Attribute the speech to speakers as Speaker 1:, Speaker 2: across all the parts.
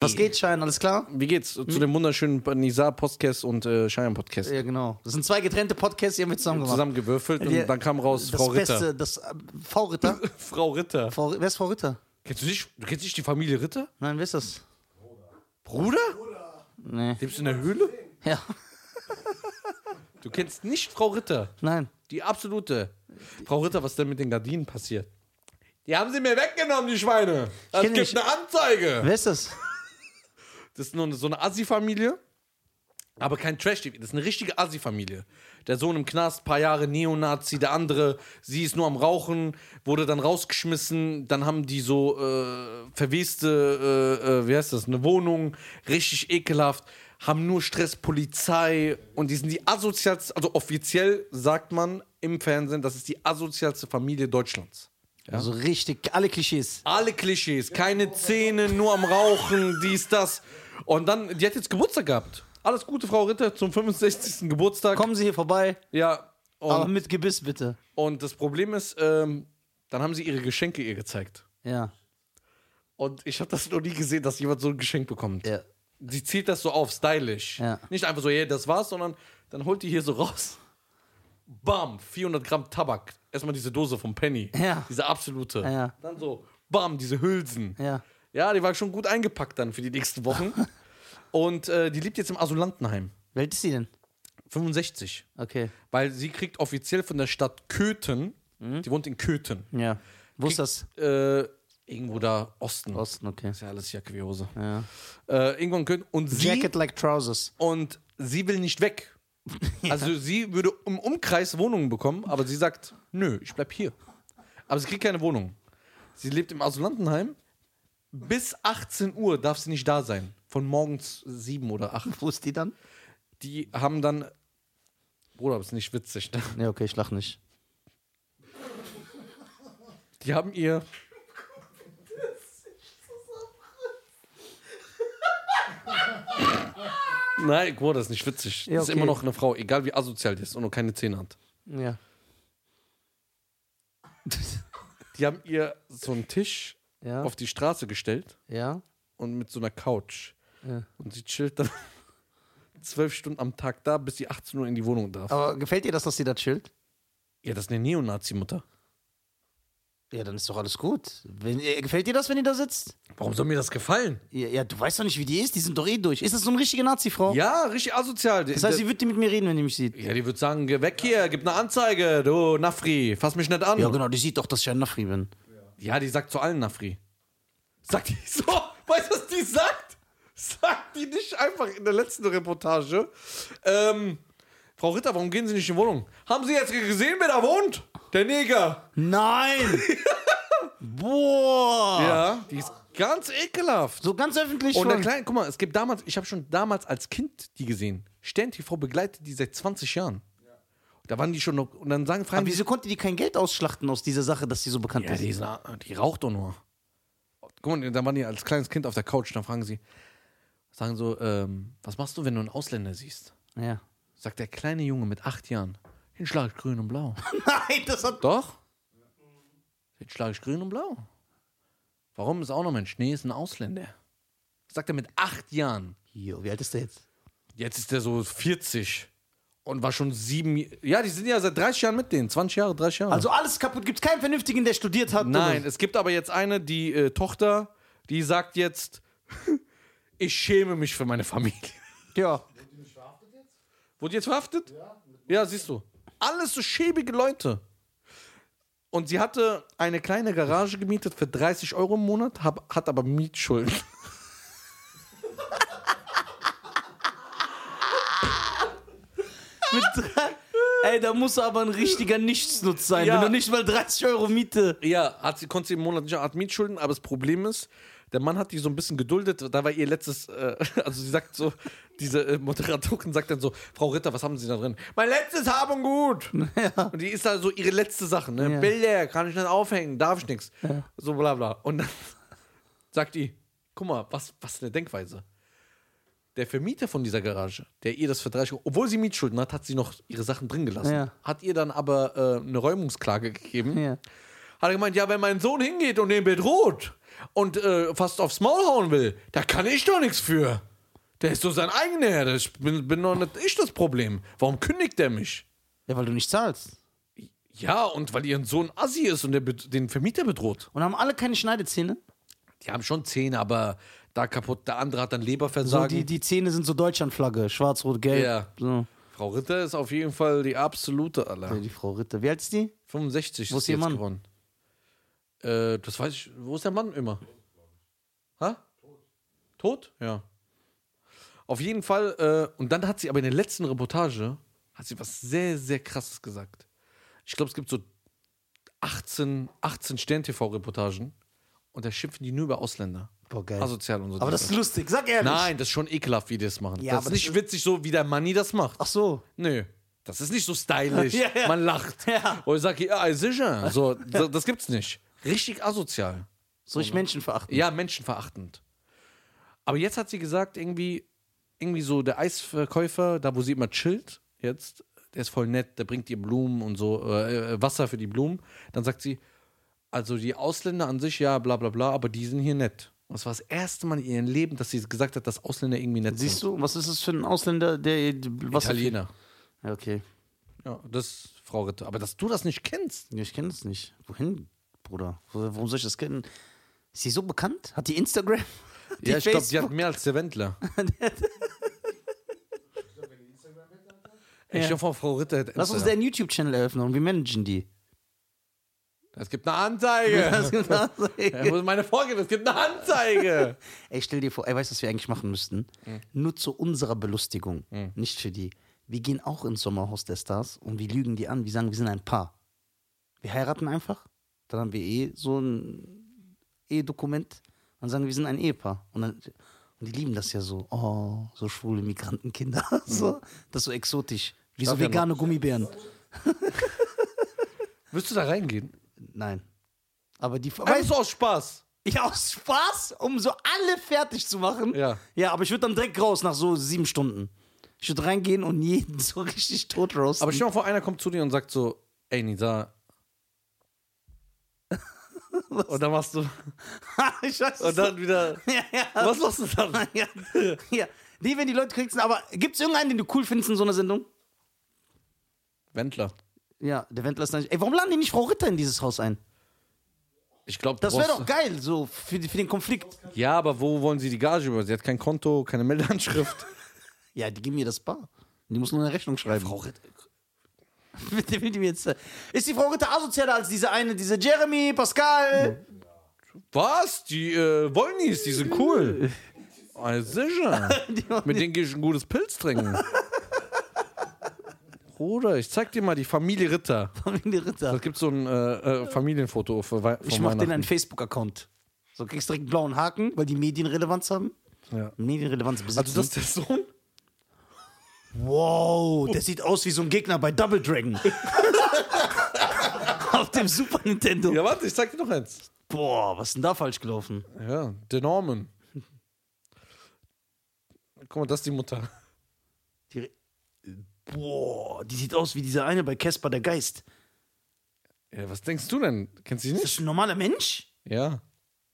Speaker 1: was geht, Schein? Alles klar?
Speaker 2: Wie geht's zu dem wunderschönen Nizar-Podcast und äh, Scheiern-Podcast?
Speaker 1: Ja, genau. Das sind zwei getrennte Podcasts, die haben wir zusammen gemacht.
Speaker 2: Zusammengewürfelt und
Speaker 1: Wir-
Speaker 2: dann kam raus
Speaker 1: das
Speaker 2: Frau Ritter.
Speaker 1: Beste, das äh, Frau Ritter.
Speaker 2: Frau Ritter.
Speaker 1: Frau, wer ist Frau Ritter?
Speaker 2: Kennst du nicht, du kennst nicht die Familie Ritter?
Speaker 1: Nein, wer ist das?
Speaker 2: Bruder?
Speaker 1: Nee.
Speaker 2: Lebst du in der Höhle?
Speaker 1: Ja,
Speaker 2: Du kennst nicht Frau Ritter.
Speaker 1: nein.
Speaker 2: Die absolute. Frau Ritter, was ist denn mit den Gardinen passiert? Die haben sie mir weggenommen, die Schweine. Also Es
Speaker 1: kenn
Speaker 2: gibt
Speaker 1: nicht-
Speaker 2: eine Anzeige.
Speaker 1: Wer ist das?
Speaker 2: Das ist nur eine- so eine Assi-Familie, aber kein Trash-TV. Das ist eine richtige Assi-Familie. Der Sohn im Knast, paar Jahre Neonazi, der andere, sie ist nur am Rauchen, wurde dann rausgeschmissen. Dann haben die so äh, verweste, äh, äh, wie heißt das, eine Wohnung, richtig ekelhaft. Haben nur Stress, Polizei und die sind die asozialste, also offiziell sagt man im Fernsehen, das ist die asozialste Familie Deutschlands.
Speaker 1: Also richtig, alle Klischees.
Speaker 2: Alle Klischees, keine Zähne, nur am Rauchen, dies, das. Und dann, die hat jetzt Geburtstag gehabt. Alles Gute, Frau Ritter, zum 65. Geburtstag.
Speaker 1: Kommen Sie hier vorbei,
Speaker 2: Ja,
Speaker 1: aber
Speaker 2: und,
Speaker 1: mit Gebiss bitte.
Speaker 2: und das Problem ist, ähm, dann haben sie ihre Geschenke ihr gezeigt.
Speaker 1: Ja.
Speaker 2: Und ich habe das noch nie gesehen, dass jemand so ein Geschenk bekommt.
Speaker 1: Ja.
Speaker 2: Sie zieht das so auf, stylisch.
Speaker 1: Ja.
Speaker 2: Nicht einfach so, hey, das war's, sondern dann holt die hier so raus. Bam, 400 Gramm Tabak. Erstmal diese Dose vom Penny.
Speaker 1: Ja.
Speaker 2: Diese absolute.
Speaker 1: Ja.
Speaker 2: Dann so, bam, diese Hülsen.
Speaker 1: Ja.
Speaker 2: Ja, die war schon gut eingepackt dann für die nächsten Wochen. Und äh, die lebt jetzt im Asylantenheim.
Speaker 1: Wer ist sie denn?
Speaker 2: 65.
Speaker 1: Okay.
Speaker 2: Weil sie kriegt offiziell von der Stadt Köthen, die wohnt in Köthen,
Speaker 1: Ja. Wo ist das?
Speaker 2: äh, irgendwo da Osten. Ost.
Speaker 1: Osten, okay.
Speaker 2: Ist ja alles Jacke wie Hose.
Speaker 1: Ja.
Speaker 2: Äh, irgendwo in Köthen. Und sie,
Speaker 1: Jacket like trousers.
Speaker 2: und sie will nicht weg. Also sie würde im Umkreis Wohnungen bekommen, aber sie sagt, nö, ich bleib hier. Aber sie kriegt keine Wohnung. Sie lebt im Asylantenheim. Bis 18 Uhr darf sie nicht da sein. Von morgens 7 oder 8.
Speaker 1: Wo ist die dann?
Speaker 2: Die haben dann. Bruder, das ist nicht witzig. Ne?
Speaker 1: Ja, okay, ich lach nicht.
Speaker 2: Die haben ihr. Nein, Bruder, das ist nicht witzig.
Speaker 1: Ja,
Speaker 2: Das ist
Speaker 1: okay.
Speaker 2: immer noch eine Frau, egal wie asozial die ist und nur keine Zähne hat.
Speaker 1: Ja.
Speaker 2: Die haben ihr so einen Tisch
Speaker 1: Ja.
Speaker 2: auf die Straße gestellt
Speaker 1: ja.
Speaker 2: und mit so einer Couch.
Speaker 1: Ja.
Speaker 2: Und sie chillt dann zwölf Stunden am Tag da, bis sie 18 Uhr in die Wohnung darf.
Speaker 1: Aber gefällt dir das, dass sie da chillt?
Speaker 2: Ja, das ist eine Neonazi-Mutter.
Speaker 1: Ja, dann ist doch alles gut. Wenn, äh, gefällt dir das, wenn die da sitzt?
Speaker 2: Warum soll mir das gefallen?
Speaker 1: Ja, ja, du weißt doch nicht, wie die ist. Die sind doch eh durch. Ist das so eine richtige Nazi-Frau?
Speaker 2: Ja, richtig asozial.
Speaker 1: Das heißt, sie wird die mit mir reden, wenn die mich sieht.
Speaker 2: ja, die wird sagen, geh weg hier, gib eine Anzeige, du Nafri, fass mich nicht an.
Speaker 1: Ja,
Speaker 2: Ja,
Speaker 1: genau, die sieht doch, dass ich ein Nafri bin.
Speaker 2: die sagt zu allen Nafri. Sagt die so, weißt du, was die sagt? Sagt die nicht einfach in der letzten Reportage. Ähm, Frau Ritter, warum gehen Sie nicht in die Wohnung? Haben Sie jetzt gesehen, wer da wohnt? Der Neger.
Speaker 1: Nein! Boah!
Speaker 2: Ja, Oh, die ist ganz ekelhaft.
Speaker 1: So ganz öffentlich
Speaker 2: Und der
Speaker 1: schon.
Speaker 2: Kleine, guck mal, es gibt damals, ich habe schon damals als Kind die gesehen. Stern TV begleitet die seit 20 Jahren. Da waren die schon noch, und dann sagen, fragen
Speaker 1: Aber wieso konnte die kein Geld ausschlachten aus dieser Sache, dass sie so bekannt
Speaker 2: Ja,
Speaker 1: ist?
Speaker 2: die, ist, die raucht doch nur. Guck mal, dann waren die als kleines Kind auf der Couch, dann fragen sie, sagen so, ähm, was machst du, wenn du einen Ausländer siehst?
Speaker 1: Ja.
Speaker 2: Sagt der kleine Junge mit acht Jahren, den schlage ich grün und blau.
Speaker 1: Nein, das hat.
Speaker 2: Doch. Jetzt schlage ich grün und blau. Warum ist auch noch Mensch? Nee, ist ein Ausländer. Sagt er mit acht Jahren.
Speaker 1: Jo, wie alt ist der jetzt?
Speaker 2: Jetzt ist er so 40 und war schon sieben. Ja, die sind ja seit 30 Jahren mit denen. 20 Jahre, 30 Jahre.
Speaker 1: Also alles kaputt. Gibt keinen Vernünftigen, der studiert hat?
Speaker 2: Nein,
Speaker 1: Oder?
Speaker 2: es gibt aber jetzt eine, die äh, Tochter, die sagt jetzt, ich schäme mich für meine Familie.
Speaker 1: Ja.
Speaker 2: Wurde jetzt verhaftet? Ja. siehst du. Alles so schäbige Leute. Und sie hatte eine kleine Garage gemietet für 30 Euro im Monat, hab, hat aber Mietschulden.
Speaker 1: Mit drei- Ey, da muss aber ein richtiger Nichtsnutz sein,
Speaker 2: Ja.
Speaker 1: wenn du nicht mal 30 Euro Miete.
Speaker 2: Ja, hat sie, konnte sie im Monat nicht hat Mietschulden, aber das Problem ist, der Mann hat die so ein bisschen geduldet. Da war ihr letztes, äh, also sie sagt so, diese äh, Moderatorin sagt dann so, Frau Ritter, was haben Sie da drin? Mein letztes Hab und Gut. Und die ist da so ihre letzte Sache, ne?
Speaker 1: Ja.
Speaker 2: Bilder, kann ich nicht aufhängen, darf ich nichts. So bla bla. Und dann sagt die, guck mal, was, was eine Denkweise. Der Vermieter von dieser Garage, der ihr das für 30 Euro, obwohl sie Mietschulden hat, hat sie noch ihre Sachen drin gelassen.
Speaker 1: Ja.
Speaker 2: Hat ihr dann aber äh, eine Räumungsklage gegeben
Speaker 1: Ja.
Speaker 2: Hat er gemeint, ja, wenn mein Sohn hingeht und den bedroht und äh, fast aufs Maul hauen will, da kann ich doch nichts für. Der ist so sein eigener Herr. Ich bin, bin doch nicht ich das Problem. Warum kündigt der mich?
Speaker 1: Ja, weil du nicht zahlst.
Speaker 2: Ja, und weil ihren Sohn Assi ist und der, bed- den Vermieter bedroht.
Speaker 1: Und haben alle keine Schneidezähne.
Speaker 2: Die haben schon Zähne, aber da kaputt. Der andere hat dann
Speaker 1: So,
Speaker 2: Leberversagen.
Speaker 1: die, die Zähne sind so Deutschlandflagge. Schwarz, rot, gelb.
Speaker 2: Ja.
Speaker 1: So.
Speaker 2: Frau Ritter ist auf jeden Fall die absolute Aller.
Speaker 1: Die Frau Ritter. Wie alt ist die?
Speaker 2: 65
Speaker 1: Wo ist
Speaker 2: sie
Speaker 1: ihr
Speaker 2: jetzt
Speaker 1: Mann?
Speaker 2: geworden. Äh, das weiß ich. Wo ist der Mann immer? Ha? Tot? Ja. Auf jeden Fall. Äh, und dann hat sie aber in der letzten Reportage hat sie was sehr, sehr krasses gesagt. Ich glaube, es gibt so 18, 18 Stern-TV-Reportagen und da schimpfen die nur über Ausländer.
Speaker 1: Boah, geil.
Speaker 2: Asozial und so.
Speaker 1: Aber das ist lustig. Sag ehrlich.
Speaker 2: Nein, das ist schon ekelhaft, wie die das machen.
Speaker 1: Ja,
Speaker 2: das ist
Speaker 1: aber das
Speaker 2: nicht witzig, so wie der Manni das macht.
Speaker 1: Ach so.
Speaker 2: Nö. Das ist nicht so stylisch.
Speaker 1: Ja, ja.
Speaker 2: Man lacht.
Speaker 1: Ja.
Speaker 2: Und ich sage, ja, sicher. So, so, das gibt's nicht. Richtig asozial.
Speaker 1: So ich Menschen verachten.
Speaker 2: Ja, menschenverachtend. Aber jetzt hat sie gesagt, irgendwie, irgendwie so der Eisverkäufer, da wo sie immer chillt, jetzt, der ist voll nett, der bringt ihr Blumen und so, äh, äh, Wasser für die Blumen. Dann sagt sie, also die Ausländer an sich, ja, bla bla bla, aber die sind hier nett. Und das war das erste Mal in ihrem Leben, dass sie gesagt hat, dass Ausländer irgendwie nett
Speaker 1: Siehst
Speaker 2: sind.
Speaker 1: du, was ist das für ein Ausländer, der ihr- was
Speaker 2: Italiener.
Speaker 1: Ja, okay.
Speaker 2: Ja, das ist Frau Ritter. Aber dass du das nicht kennst.
Speaker 1: Ja, Ich kenne das nicht. Wohin, Bruder? Wo- Warum soll ich das kennen? Ist sie so bekannt? Hat die Instagram? Die
Speaker 2: ja, ich glaube, die
Speaker 1: Facebook?
Speaker 2: hat mehr als der Wendler. Ich hoffe, Frau Ritter hätte
Speaker 1: Lass uns
Speaker 2: Instagram.
Speaker 1: deren YouTube-Channel eröffnen und wir managen die.
Speaker 2: Es gibt eine Anzeige. Ja, wo ist meine Vorgesetzte? Es gibt eine Anzeige.
Speaker 1: Ey, stell dir vor, ey, weißt du, was wir eigentlich machen müssten?
Speaker 2: Hm.
Speaker 1: Nur zu unserer Belustigung, nicht für die. Wir gehen auch ins Sommerhaus der Stars und wir lügen die an. Wir sagen, wir sind ein Paar. Wir heiraten einfach. Dann haben wir eh so ein Ehedokument. Dann sagen wir, wir sind ein Ehepaar. Und, dann, und die lieben das ja so. Oh, so schwule Migrantenkinder. So, das ist so exotisch. Wie so
Speaker 2: Hm. darf ja noch-
Speaker 1: vegane Gummibären.
Speaker 2: Willst du da reingehen?
Speaker 1: Nein. Aber die.
Speaker 2: Einfach so aus Spaß.
Speaker 1: Ja, aus Spaß, um so alle fertig zu machen.
Speaker 2: Ja.
Speaker 1: Ja, aber ich würde dann direkt raus nach so sieben Stunden. Ich würde reingehen und jeden so richtig tot roasten.
Speaker 2: Aber stell dir mal vor, einer kommt zu dir und sagt so, ey Nisa. Und dann machst du.
Speaker 1: ich weiß es
Speaker 2: Und dann wieder.
Speaker 1: ja, ja.
Speaker 2: Was machst du dann?
Speaker 1: ja, ja. Nee, wenn die Leute kriegst, aber gibt es irgendeinen, den du cool findest in so einer Sendung?
Speaker 2: Wendler.
Speaker 1: Ja, der Wendler ist dann nicht. Ey, warum laden die nicht Frau Ritter in dieses Haus ein?
Speaker 2: Ich glaube,
Speaker 1: Das wäre doch geil, so für, die- für den Konflikt.
Speaker 2: Ja, aber wo wollen sie die Gage über? Sie hat kein Konto, keine Meldeanschrift.
Speaker 1: Ja, die geben mir das Bar. Die muss nur eine Rechnung schreiben.
Speaker 2: Frau Ritter.
Speaker 1: Bitte, will die mir jetzt, ist die Frau Ritter asozialer als diese eine, diese Jeremy, Pascal?
Speaker 2: Was? Die äh, Wollnies, die sind cool. Ah, sicher. Mit denen gehe ich ein gutes Pilz trinken. Bruder, ich zeig dir mal die Familie Ritter.
Speaker 1: Familie Ritter.
Speaker 2: Es gibt so ein äh, äh, Familienfoto für Wei
Speaker 1: Ich mach denen einen Facebook-Account. So kriegst direkt einen blauen Haken, weil die Medienrelevanz haben.
Speaker 2: Ja.
Speaker 1: Medienrelevanz besitzen.
Speaker 2: Also das ist der Sohn?
Speaker 1: wow, der sieht aus wie so ein Gegner bei Double Dragon. Auf dem Super Nintendo.
Speaker 2: Ja, warte, ich zeig dir noch eins.
Speaker 1: Boah, was ist denn da falsch gelaufen?
Speaker 2: Ja, der Norman. Guck mal, das ist die Mutter.
Speaker 1: Die, boah, die sieht aus wie dieser eine bei Casper der Geist.
Speaker 2: Ja, was denkst du denn? Kennst du die
Speaker 1: Ist
Speaker 2: nicht?
Speaker 1: das ein normaler Mensch?
Speaker 2: Ja.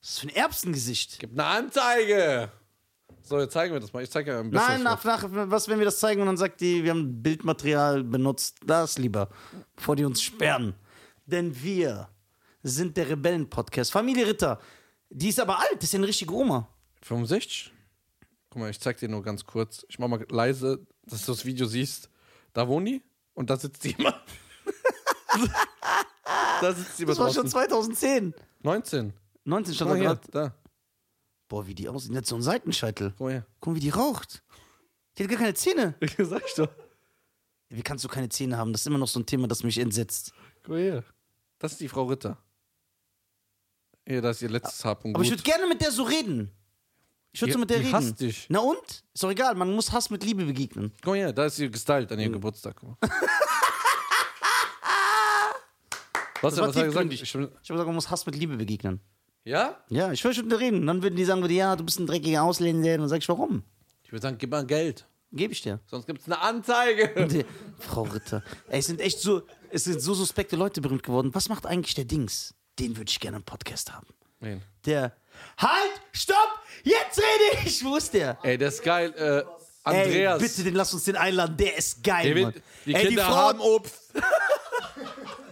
Speaker 1: Was ist das für ein Erbsengesicht?
Speaker 2: Gibt eine Anzeige. So, jetzt zeigen wir das mal. Ich zeig dir ein bisschen.
Speaker 1: Nein, nach, nach, was, wenn wir das zeigen und dann sagt die, wir haben Bildmaterial benutzt, das lieber, bevor die uns sperren. Denn wir sind der Rebellen-Podcast. Familie Ritter, die ist aber alt, das ist ja eine richtige Oma.
Speaker 2: 65? Guck mal, ich zeig dir nur ganz kurz. Ich mach mal leise, dass du das Video siehst. Da wohnen die und da sitzt jemand. da sitzt jemand
Speaker 1: Das war schon
Speaker 2: draußen.
Speaker 1: 2010.
Speaker 2: 19.
Speaker 1: 19 stand
Speaker 2: Guck
Speaker 1: da
Speaker 2: mal hier,
Speaker 1: gerade.
Speaker 2: da.
Speaker 1: Boah, wie die aussieht. Die hat so einen Seitenscheitel.
Speaker 2: Guck mal her.
Speaker 1: Guck mal, wie die raucht. Die hat gar keine Zähne.
Speaker 2: Sag ich doch.
Speaker 1: Wie kannst du keine Zähne haben? Das ist immer noch so ein Thema, das mich entsetzt.
Speaker 2: Guck mal hier. Das ist die Frau Ritter. Hier, da ist ihr letztes Haar.
Speaker 1: Ah, Aber ich würde gerne mit der so reden. Ich würde
Speaker 2: Die-
Speaker 1: so mit der
Speaker 2: die
Speaker 1: reden.
Speaker 2: hasst dich.
Speaker 1: Na und? Ist doch egal, man muss Hass mit Liebe begegnen.
Speaker 2: Guck mal hier, da ist sie gestylt an
Speaker 1: Hm.
Speaker 2: ihrem Geburtstag. Guck mal. was,
Speaker 1: war
Speaker 2: was hat er gesagt?
Speaker 1: tiefgründig.
Speaker 2: Ich-
Speaker 1: Ich habe gesagt, man muss Hass mit Liebe begegnen.
Speaker 2: Ja?
Speaker 1: Ja, ich würde schon mit der reden. Dann würden die sagen, würde, ja, du bist ein dreckiger Ausländer. Und dann sag ich, warum?
Speaker 2: Ich würde sagen, gib mal Geld.
Speaker 1: Gebe ich dir.
Speaker 2: Sonst gibt's eine Anzeige.
Speaker 1: Und die- Frau Ritter. Ey, es sind echt so, es sind so suspekte Leute berühmt geworden. Was macht eigentlich der Dings? den würde ich gerne im Podcast haben.
Speaker 2: Wen?
Speaker 1: Der, halt, stopp, jetzt rede ich, wo ist der?
Speaker 2: Ey, das ist geil. Äh,
Speaker 1: Ey,
Speaker 2: Andreas.
Speaker 1: bitte, den lass uns den einladen, der ist geil,
Speaker 2: Ey, wir-
Speaker 1: Mann.
Speaker 2: die
Speaker 1: Ey,
Speaker 2: Kinder haben Obst.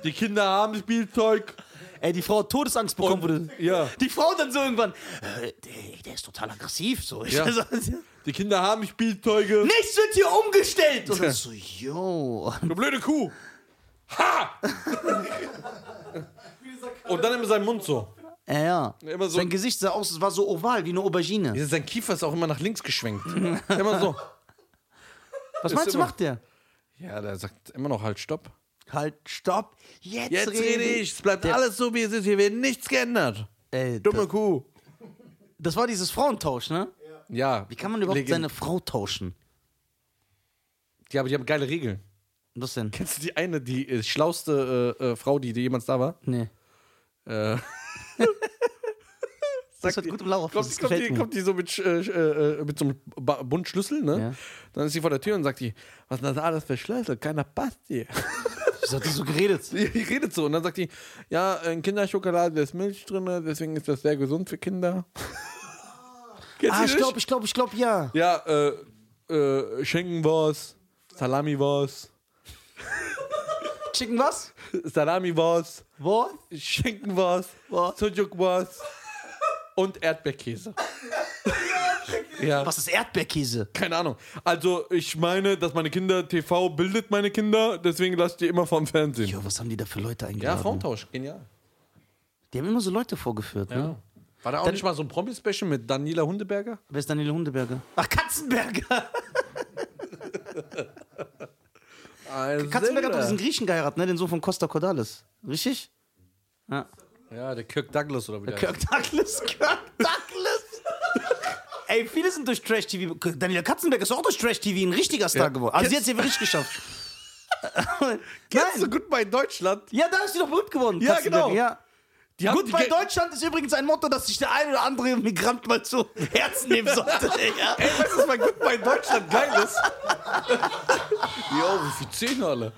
Speaker 2: die Kinder haben Spielzeug.
Speaker 1: Ey, die Frau hat Todesangst bekommen.
Speaker 2: Und-
Speaker 1: wurde.
Speaker 2: ja.
Speaker 1: Die Frau dann so irgendwann, äh, der, der ist total aggressiv. So. Ich
Speaker 2: Ja.
Speaker 1: so,
Speaker 2: Die Kinder haben Spielzeuge.
Speaker 1: Nichts wird hier umgestellt. Und dann so, yo.
Speaker 2: Du blöde Kuh. Ha! Und dann immer sein Mund so.
Speaker 1: Ja, ja.
Speaker 2: Immer so-
Speaker 1: Sein Gesicht sah aus, es war so oval, wie eine Aubergine.
Speaker 2: Sein Kiefer ist auch immer nach links geschwenkt. Immer so.
Speaker 1: Was meinst du,
Speaker 2: immer-
Speaker 1: macht der?
Speaker 2: Ja, der sagt immer noch halt Stopp.
Speaker 1: Halt, stopp. Jetzt,
Speaker 2: Jetzt rede ich. Es bleibt
Speaker 1: Der-
Speaker 2: alles so, wie es ist. Hier wird nichts geändert.
Speaker 1: Ey,
Speaker 2: Dumme
Speaker 1: das,
Speaker 2: Kuh.
Speaker 1: das war dieses Frauentausch, ne?
Speaker 2: Ja.
Speaker 1: Wie kann man überhaupt
Speaker 2: Legend-
Speaker 1: seine Frau tauschen?
Speaker 2: Ja, aber die haben geile Regeln.
Speaker 1: Was denn?
Speaker 2: Kennst du die eine, die äh, schlauste äh, äh, Frau, die, die jemals da war?
Speaker 1: Nee.
Speaker 2: Äh,
Speaker 1: Das hat gut im Lauch.
Speaker 2: kommt,
Speaker 1: Das
Speaker 2: kommt,
Speaker 1: gefällt
Speaker 2: die,
Speaker 1: mir.
Speaker 2: kommt die so mit, äh, äh, mit so einem Ba- Bundschlüssel, ne?
Speaker 1: Ja.
Speaker 2: Dann ist sie vor der Tür und sagt die, was ist denn das alles für Schlüssel? Keiner passt hier.
Speaker 1: Wieso hat die so geredet?
Speaker 2: Die redet so und dann sagt die, ja, in Kinderschokolade ist Milch drin, deswegen ist das sehr gesund für Kinder. Kennst
Speaker 1: Ah,
Speaker 2: du
Speaker 1: ich
Speaker 2: nicht?
Speaker 1: glaube, ich glaube, ich glaube, ja.
Speaker 2: Ja, äh, äh, Schenken was, Salami was,
Speaker 1: Chicken was?
Speaker 2: Salami was,
Speaker 1: Wo?
Speaker 2: Schenken was,
Speaker 1: Was?
Speaker 2: Sujuk was und Erdbeerkäse. ja.
Speaker 1: Was ist Erdbeerkäse?
Speaker 2: Keine Ahnung. Also, ich meine, dass meine Kinder TV bildet meine Kinder, deswegen lasst ihr immer vom Fernsehen.
Speaker 1: Jo, was haben die da für Leute
Speaker 2: Ja,
Speaker 1: eingeladen?
Speaker 2: Frauentausch, genial.
Speaker 1: Die haben immer so Leute vorgeführt, ne?
Speaker 2: War da auch nicht mal so ein Promi-Special mit Daniela Hundeberger?
Speaker 1: Wer ist Daniel Hundeberger? Ach, Katzenberger!
Speaker 2: Also,
Speaker 1: Katzenberger hat doch diesen Griechen geheiratet, ne? Den Sohn von Costa Cordalis. Richtig? Ja.
Speaker 2: Ja, der Kirk Douglas oder wie der
Speaker 1: Kirk Douglas, Kirk Douglas! Ey, viele sind durch Trash-TV. Daniela Katzenberger ist auch durch Trash-TV ein richtiger Star
Speaker 2: Ja.
Speaker 1: geworden. Aber sie
Speaker 2: Jetzt-
Speaker 1: hat es ja wirklich geschafft.
Speaker 2: heißt.
Speaker 1: Nein!
Speaker 2: so gut bei Deutschland.
Speaker 1: Ja, da ist sie doch berühmt geworden.
Speaker 2: Ja,
Speaker 1: Katzenberger,
Speaker 2: genau.
Speaker 1: Ja.
Speaker 2: Die haben
Speaker 1: Gut,
Speaker 2: die
Speaker 1: bei
Speaker 2: Ge-
Speaker 1: Deutschland ist übrigens ein Motto, das sich der ein oder andere Migrant mal zu Herzen nehmen sollte. ja.
Speaker 2: Ey, weißt du, was bei gut bei Deutschland geil ist? jo, wie viel Zehn alle?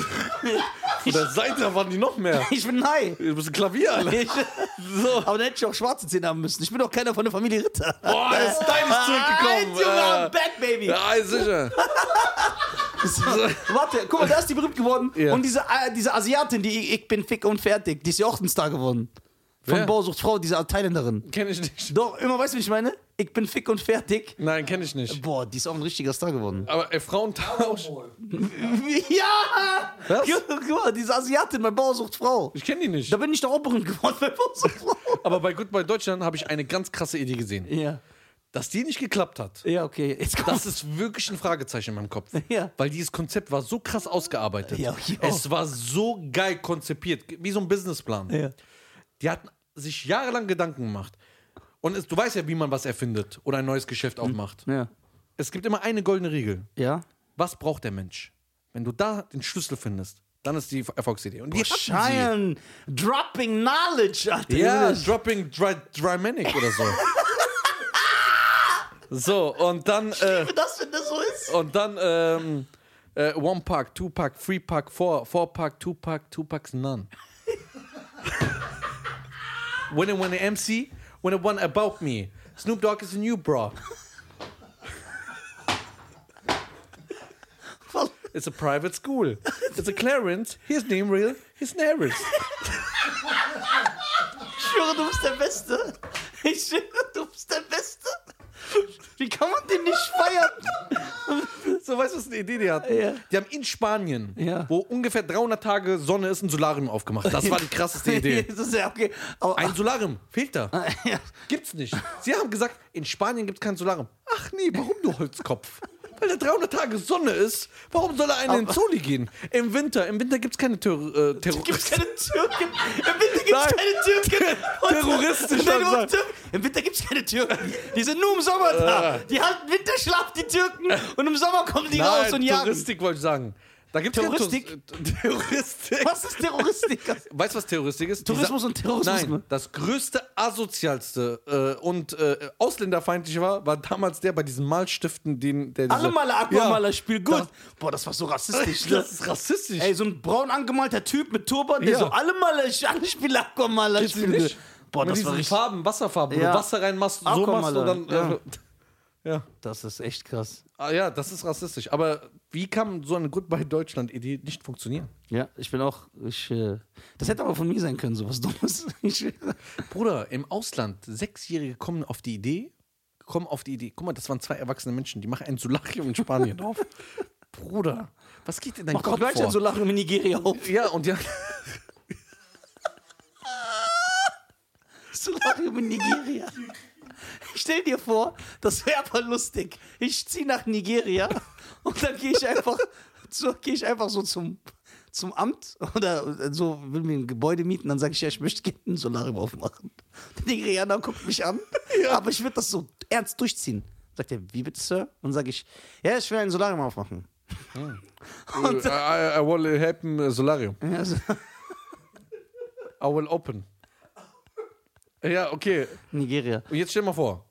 Speaker 2: Von der Seite waren die noch mehr.
Speaker 1: Ich bin high.
Speaker 2: Du bist ein Klavier, alle.
Speaker 1: Ich, Aber dann hätte ich auch schwarze Zähne haben müssen. Ich bin doch keiner von der Familie Ritter.
Speaker 2: Boah, das ist deines
Speaker 1: Ein
Speaker 2: zurückgekommen.
Speaker 1: Junge am
Speaker 2: äh.
Speaker 1: Bett, Baby.
Speaker 2: Ja, ist sicher.
Speaker 1: So, Warte, guck mal, da ist die berühmt geworden.
Speaker 2: Ja.
Speaker 1: Und diese, äh, diese Asiatin, die ich, ich bin fick und fertig, die ist ja auch ein Star geworden. Von
Speaker 2: Wer?
Speaker 1: Bausucht Frau, diese Thailänderin.
Speaker 2: Kenn ich nicht.
Speaker 1: Doch, immer weißt du, wie ich meine? Ich bin fick und fertig.
Speaker 2: Nein, kenne ich nicht.
Speaker 1: Boah, die ist auch ein richtiger Star geworden.
Speaker 2: Aber ey, Frauentausch.
Speaker 1: Ja!
Speaker 2: Was?
Speaker 1: Guck mal, diese Asiatin bei Bausucht Frau.
Speaker 2: Ich kenne die nicht.
Speaker 1: Da bin ich doch auch berühmt geworden bei Bausucht Frau.
Speaker 2: Aber bei Goodbye Deutschland habe ich eine ganz krasse Idee gesehen.
Speaker 1: Ja.
Speaker 2: Dass die nicht geklappt hat,
Speaker 1: Ja, okay. Jetzt kommt
Speaker 2: das ist wirklich ein Fragezeichen in meinem Kopf.
Speaker 1: Ja.
Speaker 2: Weil dieses Konzept war so krass ausgearbeitet.
Speaker 1: Ja, ja.
Speaker 2: Es war so geil konzipiert, wie so ein Businessplan.
Speaker 1: Ja.
Speaker 2: Die hatten sich jahrelang Gedanken gemacht. Und es, du weißt ja, wie man was erfindet oder ein neues Geschäft aufmacht.
Speaker 1: Ja.
Speaker 2: Es gibt immer eine goldene Regel.
Speaker 1: Ja.
Speaker 2: Was braucht der Mensch? Wenn du da den Schlüssel findest, dann ist die Erfolgsidee. Und die hatten sie.
Speaker 1: Schein, dropping knowledge, Alter.
Speaker 2: Ja,
Speaker 1: Englisch.
Speaker 2: Dropping Dry, Drymanic oder so. so, und dann, äh,
Speaker 1: das, wenn das so ist.
Speaker 2: und dann, ähm, äh, One Pack, Two Pack, Three Pack, Four, Four Pack, Two Pack, Two Packs, None. when it, when it MC, when it one about me. Snoop Dogg is a new bra. It's a private school. It's a Clarence. His name real. His Nerys.
Speaker 1: Ich schwöre, du bist der Beste. Ich schwöre, du bist der Beste. Wie kann man den nicht feiern?
Speaker 2: So, weißt du, was eine Idee die hatten?
Speaker 1: Ja.
Speaker 2: Die haben in Spanien,
Speaker 1: Ja.
Speaker 2: wo ungefähr 300 Tage Sonne ist, ein Solarium aufgemacht. Das war die krasseste Idee.
Speaker 1: das ist ja okay. Aber,
Speaker 2: Ein Solarium, fehlt da. Gibt's nicht. Sie haben gesagt, in Spanien gibt's kein Solarium. Ach nee, warum du Holzkopf? Weil da 300 Tage Sonne ist, warum soll er einen in den Zoli gehen? Im Winter, im Winter gibt's keine Terror. Äh, Terror
Speaker 1: Gibt es keine Türken? Im Winter gibt es
Speaker 2: Nein.
Speaker 1: keine Türken. Und-
Speaker 2: Terroristisch,
Speaker 1: Nein,
Speaker 2: hat
Speaker 1: und- Im Winter gibt es keine Türken. Die sind nur im Sommer
Speaker 2: Ah.
Speaker 1: da. Die halten Winterschlaf, die Türken. Und im Sommer kommen die
Speaker 2: Nein,
Speaker 1: raus und jagen.
Speaker 2: Touristik wollte ich sagen. Da gibt's
Speaker 1: Terroristik?
Speaker 2: Terroristik.
Speaker 1: Was ist Terroristik?
Speaker 2: Weißt du, was Terroristik ist?
Speaker 1: Tourismus und Terrorismus,
Speaker 2: Nein,
Speaker 1: ne?
Speaker 2: das größte, asozialste äh, und äh, ausländerfeindliche war, war damals der bei diesen Malstiften, den der diese,
Speaker 1: Alle Maler, Aquamaler,
Speaker 2: Ja,
Speaker 1: spiel gut. Boah, das war so rassistisch, ne?
Speaker 2: Das ist rassistisch.
Speaker 1: Ey, so ein braun angemalter Typ mit Turban, der
Speaker 2: Ja.
Speaker 1: so alle Maler, ich alle spiele Aquamaler,
Speaker 2: Kennst du
Speaker 1: spiel
Speaker 2: nicht?
Speaker 1: gut. Boah,
Speaker 2: Mit
Speaker 1: das
Speaker 2: diesen
Speaker 1: war richtig.
Speaker 2: Farben, Wasserfarben, wo
Speaker 1: Ja.
Speaker 2: du Wasser reinmachst, so machst
Speaker 1: Aquamaler,
Speaker 2: und dann. Äh, ja.
Speaker 1: Das ist echt krass.
Speaker 2: Ah, ja, das ist rassistisch. Aber wie kann so eine Goodbye Deutschland-Idee nicht funktionieren?
Speaker 1: Ja, ich bin auch. Ich, äh, das hätte aber von mir sein können, sowas Dummes. Ich,
Speaker 2: Bruder, im Ausland, Sechsjährige kommen auf die Idee, kommen auf die Idee, guck mal, das waren zwei erwachsene Menschen, die machen ein Solarium in Spanien auf. Bruder, was geht in deinen
Speaker 1: mach doch
Speaker 2: Kopf
Speaker 1: gleich
Speaker 2: vor?
Speaker 1: ein Solarium in Nigeria auf.
Speaker 2: ja, und ja,
Speaker 1: Solarium in Nigeria. Stell dir vor, das wäre aber lustig. Ich ziehe nach Nigeria und dann gehe ich einfach, so, gehe ich einfach so zum, zum Amt oder so, will mir ein Gebäude mieten, dann sage ich, ja, ich möchte gerne ein Solarium aufmachen. Der Nigerianer guckt mich an, aber ich würde das so ernst durchziehen. Sagt er, wie bitte, Sir? Und sage ich, ja, ich will ein Solarium aufmachen.
Speaker 2: I, I will help him a Solarium.
Speaker 1: Ja, so,
Speaker 2: I will open. Ja, okay.
Speaker 1: Nigeria.
Speaker 2: Und jetzt stell dir mal vor,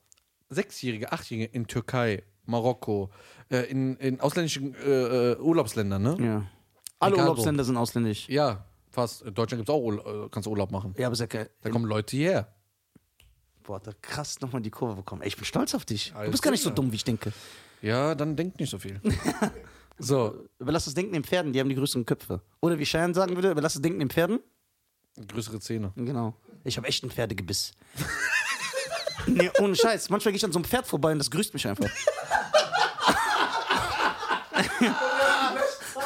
Speaker 2: Sechsjährige, Achtjährige in Türkei, Marokko, äh, in, in ausländischen äh, äh, Urlaubsländern, ne?
Speaker 1: Ja. Alle
Speaker 2: Egal wo.
Speaker 1: Urlaubsländer sind ausländisch.
Speaker 2: Ja, fast. In Deutschland gibt's auch Urla äh, kannst du Urlaub machen.
Speaker 1: Ja, aber ist ja geil.
Speaker 2: Da kommen Leute hierher.
Speaker 1: Boah, da krass nochmal die Kurve bekommen. Ey, ich bin stolz auf dich. Du
Speaker 2: Alles
Speaker 1: bist gar nicht so
Speaker 2: klar.
Speaker 1: dumm, wie ich denke.
Speaker 2: Ja, dann denkt nicht so viel. so,
Speaker 1: Überlass das Denken den Pferden, die haben die größeren Köpfe. Oder wie Cheyenne sagen würde, überlass das Denken den Pferden.
Speaker 2: größere Zähne.
Speaker 1: Genau. Ich habe echt ein Pferdegebiss. nee, ohne Scheiß. Manchmal gehe ich an so einem Pferd vorbei und das grüßt mich einfach.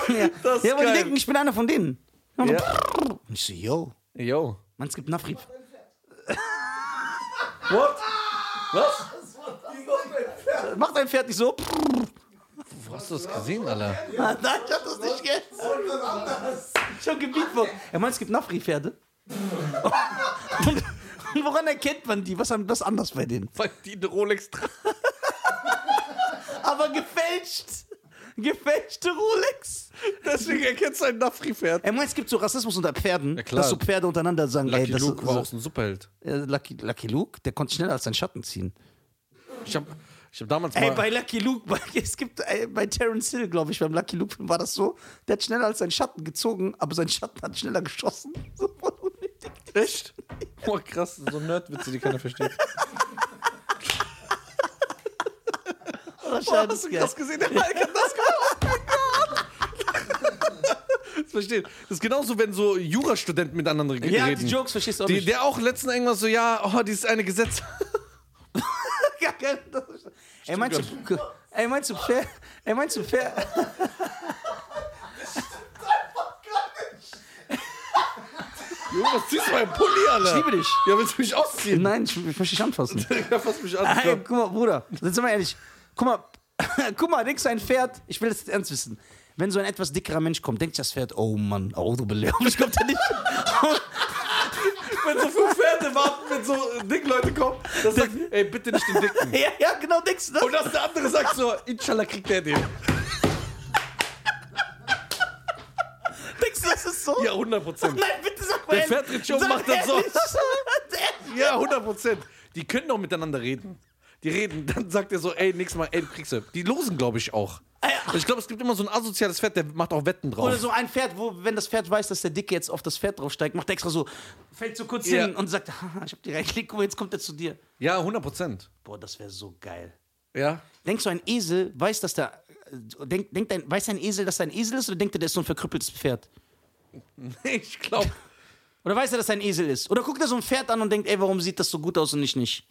Speaker 1: ja,
Speaker 2: Das ist
Speaker 1: ja aber die
Speaker 2: geil.
Speaker 1: denken, ich bin einer von denen.
Speaker 2: Ja.
Speaker 1: Und ich so, yo,
Speaker 2: Yo.
Speaker 1: man, es gibt Nafri.
Speaker 2: What? Was?
Speaker 1: Macht ein Pferd nicht so.
Speaker 2: Wo hast du das gesehen, Alter?
Speaker 1: Ah, Nein, ich hab das nicht gehört. Schon gebeatboxt. Er meint, es gibt Nafri-Pferde. Und, und woran erkennt man die? Was haben das anders bei denen?
Speaker 2: Weil die eine Rolex tragen.
Speaker 1: Aber gefälscht. Gefälschte Rolex.
Speaker 2: Deswegen erkennst du halt ein Nafri-Pferd.
Speaker 1: Er meint, es gibt so Rassismus unter Pferden,
Speaker 2: klar.
Speaker 1: dass so Pferde untereinander sagen,
Speaker 2: Lucky
Speaker 1: ey, das
Speaker 2: Luke
Speaker 1: ist,
Speaker 2: war auch so ein Superheld.
Speaker 1: äh, Lucky, Lucky Luke, der konnte schneller als sein Schatten ziehen.
Speaker 2: Ich hab, ich hab damals
Speaker 1: Ey,
Speaker 2: mal...
Speaker 1: bei Lucky Luke, bei, es gibt ey, bei Terence Hill, glaube ich, beim Lucky Luke Film war das so, der hat schneller als sein Schatten gezogen, aber sein Schatten hat schneller geschossen. So voll unnötig.
Speaker 2: Echt? Boah, krass, so Nerdwitze, die keiner versteht.
Speaker 1: Wahrscheinlich, ja.
Speaker 2: gesehen? Der Hulk hat das gemacht. Oh Das versteht. Das ist genauso, wenn so Jurastudenten miteinander ge-
Speaker 1: Ja,
Speaker 2: reden.
Speaker 1: die Jokes verstehst du auch
Speaker 2: Die,
Speaker 1: nicht.
Speaker 2: der auch letzten irgendwas so, ja, oh, dieses eine Gesetz.
Speaker 1: Gar keine- ey, meinst du, ey, meinst du Pferd? Ey, meinst du Pferd?
Speaker 2: Jo, was ziehst du meinen Pulli, Alter?
Speaker 1: Ich liebe dich.
Speaker 2: Ja, willst du mich ausziehen?
Speaker 1: Nein, ich, ich möchte dich anfassen.
Speaker 2: Ja, fass mich an.
Speaker 1: Ey,
Speaker 2: Nein.
Speaker 1: guck mal, Bruder, sind wir mal ehrlich. Guck mal, guck mal, denkst du ein Pferd? Ich will das jetzt ernst wissen. Wenn so ein etwas dickerer Mensch kommt, denkt sich das Pferd, oh Mann, oh du Belehrung, ich glaub da nicht.
Speaker 2: Wenn so fünf Pferde warten, wenn so Dickleute kommen, das sagt, ey, bitte nicht den Dicken.
Speaker 1: ja, ja, genau, denkst du das?
Speaker 2: Und dass der andere sagt so, inshallah kriegt der den.
Speaker 1: denkst du, das ist so?
Speaker 2: Ja, 100 Prozent.
Speaker 1: Nein, bitte sag mal.
Speaker 2: Der
Speaker 1: ehrlich.
Speaker 2: Pferd dreht sich um,
Speaker 1: Sag
Speaker 2: macht das so.
Speaker 1: ehrlich.
Speaker 2: Ja, 100 Prozent. Die können doch miteinander reden. Die reden, dann sagt er so, ey, nächstes Mal, ey, du kriegst du. Die losen, glaube ich, auch.
Speaker 1: ja.
Speaker 2: Ich glaube, es gibt immer so ein asoziales Pferd, der macht auch Wetten drauf.
Speaker 1: Oder so ein Pferd, wo, wenn das Pferd weiß, dass der Dicke jetzt auf das Pferd draufsteigt, macht er extra so, fällt so kurz
Speaker 2: Ja.
Speaker 1: hin und sagt, haha, ich hab dir recht, guck mal, jetzt kommt er zu dir.
Speaker 2: Ja, 100 Prozent.
Speaker 1: Boah, das wäre so geil.
Speaker 2: Ja.
Speaker 1: Denkst du, ein Esel weiß, dass der. äh, Denk, denkt ein, weiß ein Esel, dass er ein Esel ist oder denkt er, der ist so ein verkrüppeltes Pferd?
Speaker 2: Ich glaube,
Speaker 1: Oder weiß er, dass er ein Esel ist? Oder guckt er so ein Pferd an und denkt, ey, warum sieht das so gut aus und ich nicht?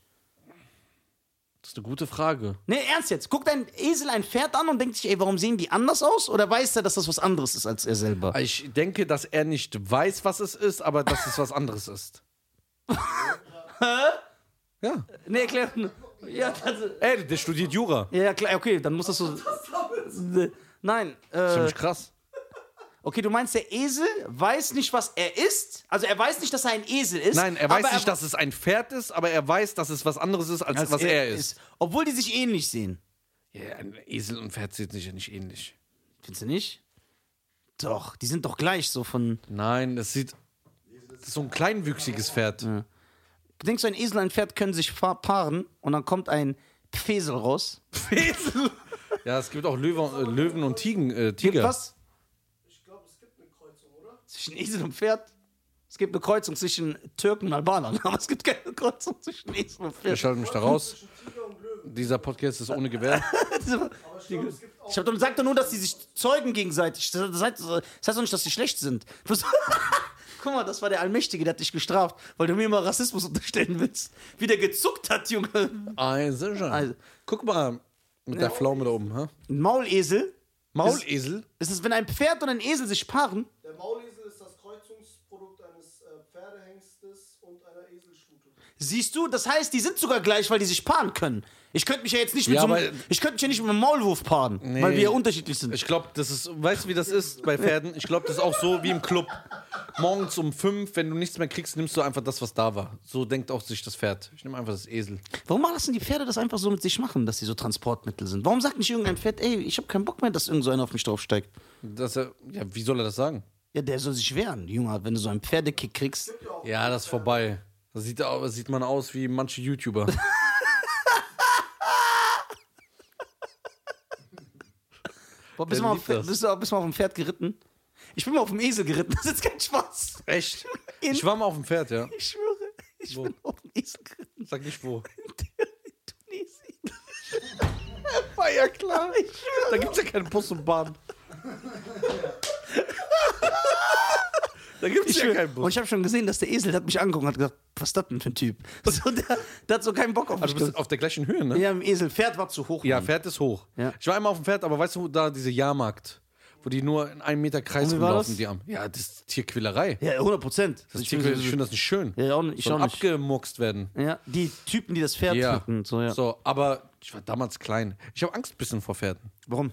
Speaker 2: das ist eine gute Frage.
Speaker 1: Nee, ernst jetzt. Guckt ein Esel ein Pferd an und denkt sich, ey, warum sehen die anders aus? Oder weiß er, dass das was anderes ist als er selber?
Speaker 2: Ich denke, dass er nicht weiß, was es ist, aber dass es was anderes ist. Hä? Ja.
Speaker 1: Nee, erklär. Ne, Ja, das,
Speaker 2: Ey, der studiert Jura.
Speaker 1: ja, klar, okay, dann muss das so. Ne, Nein,
Speaker 2: Das
Speaker 1: äh,
Speaker 2: ist krass.
Speaker 1: okay, du meinst, der Esel weiß nicht, was er ist? Also er weiß nicht, dass er ein Esel ist.
Speaker 2: Nein, er weiß
Speaker 1: aber
Speaker 2: nicht, dass es ein Pferd ist, aber er weiß, dass es was anderes ist, als,
Speaker 1: als
Speaker 2: was er ist.
Speaker 1: Obwohl die sich ähnlich sehen.
Speaker 2: Ja, ein Esel und Pferd sind sicher nicht ähnlich.
Speaker 1: Findest du nicht? Doch, die sind doch gleich so von.
Speaker 2: Nein, das sieht. Das ist so ein kleinwüchsiges Pferd.
Speaker 1: Denkst du, ein Esel und ein Pferd können sich fa- paaren und dann kommt ein Pfesel raus?
Speaker 2: Esel. Ja, es gibt auch Löwe, äh, Löwen und Tigen, äh, Tiger.
Speaker 1: Was? Ich glaube, es gibt eine Kreuzung, oder? Zwischen Esel und Pferd? Es gibt eine Kreuzung zwischen Türken und Albanern, aber es gibt keine Kreuzung zwischen Esel und
Speaker 2: Ich
Speaker 1: Pferd.
Speaker 2: schalte mich da raus. Dieser Podcast ist ohne Gewehr.
Speaker 1: Ich hab doch gesagt doch nur, dass die sich zeugen gegenseitig. Das heißt, das heißt doch nicht, dass die schlecht sind. Was- Guck mal, das war der Allmächtige, der hat dich gestraft, weil du mir immer Rassismus unterstellen willst. Wie der gezuckt hat, Junge.
Speaker 2: Ah, sehr schön.
Speaker 1: Also-
Speaker 2: Guck mal, mit der Pflaume da oben. Ha?
Speaker 1: Ein Maulesel?
Speaker 2: Maulesel?
Speaker 1: Ist es, wenn ein Pferd und ein Esel sich paaren?
Speaker 3: Der Maulesel ist das Kreuzungsprodukt eines äh, Pferdehengstes und einer Eselstute.
Speaker 1: Siehst du, das heißt, die sind sogar gleich, weil die sich paaren können. Ich könnte mich ja jetzt nicht mit
Speaker 2: Ja,
Speaker 1: so einem,
Speaker 2: aber-
Speaker 1: ich könnte mich ja nicht mit einem Maulwurf paaren, weil wir ja unterschiedlich sind.
Speaker 2: Ich glaube, das ist, weißt du, wie das ist bei Pferden? Ich glaube, das ist auch so wie im Club. Morgens um fünf, wenn du nichts mehr kriegst, nimmst du einfach das, was da war. So denkt auch sich das Pferd. Ich nehme einfach das Esel.
Speaker 1: Warum lassen die Pferde das einfach so mit sich machen, dass sie so Transportmittel sind? Warum sagt nicht irgendein Pferd, ey, ich habe keinen Bock mehr, dass irgend so einer auf mich draufsteigt?
Speaker 2: Das, äh, ja, wie soll er das sagen?
Speaker 1: Ja, der soll sich wehren, Junge, wenn du so einen Pferdekick kriegst.
Speaker 2: Ja, das ist vorbei. Das sieht, au- sieht man aus wie manche YouTuber.
Speaker 1: Boah, bist, du
Speaker 2: Wer
Speaker 1: mal auf,
Speaker 2: liebt das?
Speaker 1: bist, du, bist du mal auf dem Pferd geritten? Ich bin mal auf dem Esel geritten, das ist kein Spaß.
Speaker 2: Echt? Ich war mal auf dem Pferd, ja.
Speaker 1: Ich schwöre, ich bin auf dem Esel geritten.
Speaker 2: Sag nicht wo.
Speaker 1: Tunesien.
Speaker 2: War ja klar. Da gibt's ja keinen Bus und Bahn. Da gibt's ja keinen
Speaker 1: Und
Speaker 2: Bus.
Speaker 1: ich habe schon gesehen, dass der Esel der hat mich angeguckt und hat gesagt, was ist das denn für ein Typ? So, der, der hat so keinen Bock auf mich.
Speaker 2: Also du bist auf der gleichen Höhe, ne?
Speaker 1: ja, im Esel. Pferd war zu hoch.
Speaker 2: Ja,
Speaker 1: Mann.
Speaker 2: Pferd ist hoch.
Speaker 1: Ja.
Speaker 2: Ich war einmal auf dem Pferd, aber weißt du, da diese Jahrmarkt, wo die nur in einem Meter Kreis
Speaker 1: Und wie war
Speaker 2: rumlaufen,
Speaker 1: das?
Speaker 2: die haben. Ja, das ist Tierquälerei.
Speaker 1: Ja, 100 Prozent.
Speaker 2: Das ist Tierquälerei. Ich finde das nicht schön.
Speaker 1: Ja, auch nicht, ich
Speaker 2: Soll
Speaker 1: auch nicht.
Speaker 2: abgemuckst werden.
Speaker 1: Ja, die Typen, die das Pferd
Speaker 2: Ja.
Speaker 1: hatten. So, ja.
Speaker 2: So, aber ich war damals klein. Ich habe Angst ein bisschen vor Pferden.
Speaker 1: Warum?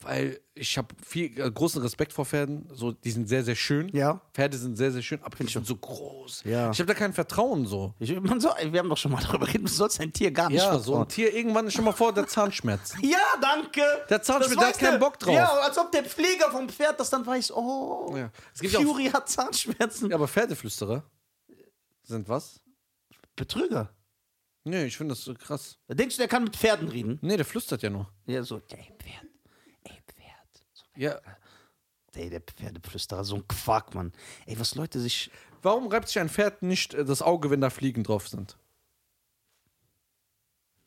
Speaker 2: Weil ich habe viel äh, großen Respekt vor Pferden. So, die sind sehr, sehr schön.
Speaker 1: Ja.
Speaker 2: Pferde sind sehr, sehr schön, aber die sind so groß.
Speaker 1: Ja.
Speaker 2: Ich habe da kein Vertrauen so.
Speaker 1: Ich, man soll, wir haben doch schon mal darüber geredet, du sollst ein Tier gar nicht
Speaker 2: Ja, so
Speaker 1: vertrauen.
Speaker 2: ein Tier, irgendwann ist schon mal vor der Zahnschmerz.
Speaker 1: Ja, danke.
Speaker 2: Der Zahnschmerz,
Speaker 1: Das
Speaker 2: der
Speaker 1: weiß
Speaker 2: hat keinen Bock drauf.
Speaker 1: Ja, als ob der Pfleger vom Pferd das dann weiß, oh,
Speaker 2: Ja. Es gibt ja auch-
Speaker 1: Fury hat Zahnschmerzen.
Speaker 2: Ja, aber Pferdeflüsterer sind was?
Speaker 1: Betrüger.
Speaker 2: Nee, ich finde das so krass.
Speaker 1: Denkst du, der kann mit Pferden reden?
Speaker 2: Nee, der flüstert ja nur.
Speaker 1: Ja, so, ey, Pferd, ey, Pferd. So,
Speaker 2: Ja.
Speaker 1: ey, der Pferdeflüsterer, so ein Quark, Mann. Ey, was Leute sich...
Speaker 2: Warum reibt sich ein Pferd nicht äh, das Auge, wenn da Fliegen drauf sind?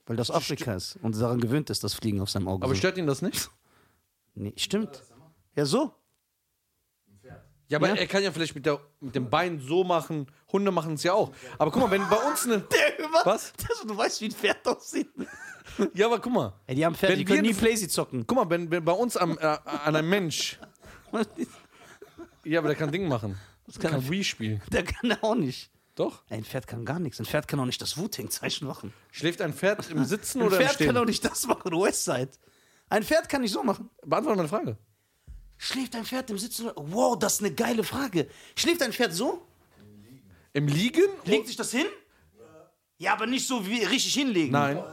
Speaker 1: Weil das Afrika ist und daran gewöhnt ist, das Fliegen auf seinem Auge.
Speaker 2: Aber
Speaker 1: sind.
Speaker 2: stört ihn das nicht?
Speaker 1: nee, stimmt. Ja, so.
Speaker 2: Ja, aber
Speaker 1: Ja.
Speaker 2: er kann ja vielleicht mit, der, mit dem Bein so machen. Hunde machen es ja auch. Aber guck mal, wenn bei uns eine. Was?
Speaker 1: Das, du weißt, wie ein Pferd aussieht.
Speaker 2: Ja, aber guck mal.
Speaker 1: Ey, die haben Pferde,
Speaker 2: Wenn
Speaker 1: die können
Speaker 2: wir-
Speaker 1: nie Playsee zocken.
Speaker 2: Guck mal, wenn, wenn bei uns am, äh, an einem Mensch. Ja, aber der kann Ding machen. Das
Speaker 1: kann
Speaker 2: kann, kann Wii spielen.
Speaker 1: Der kann er auch nicht.
Speaker 2: Doch.
Speaker 1: Ey, ein Pferd kann gar nichts. Ein Pferd kann auch nicht das Wu-Tang-Zeichen machen.
Speaker 2: Schläft ein Pferd im Sitzen
Speaker 1: Ein
Speaker 2: oder
Speaker 1: Pferd
Speaker 2: im Stehen?
Speaker 1: kann auch nicht das machen, Westside. Ein Pferd kann nicht so machen.
Speaker 2: Beantworte meine Frage.
Speaker 1: Schläft ein Pferd im Sitzen? oder- Wow, das ist eine geile Frage. Schläft ein Pferd so?
Speaker 2: Im Liegen?
Speaker 1: Legt sich das hin? Ja, aber nicht so wie richtig hinlegen.
Speaker 2: Nein.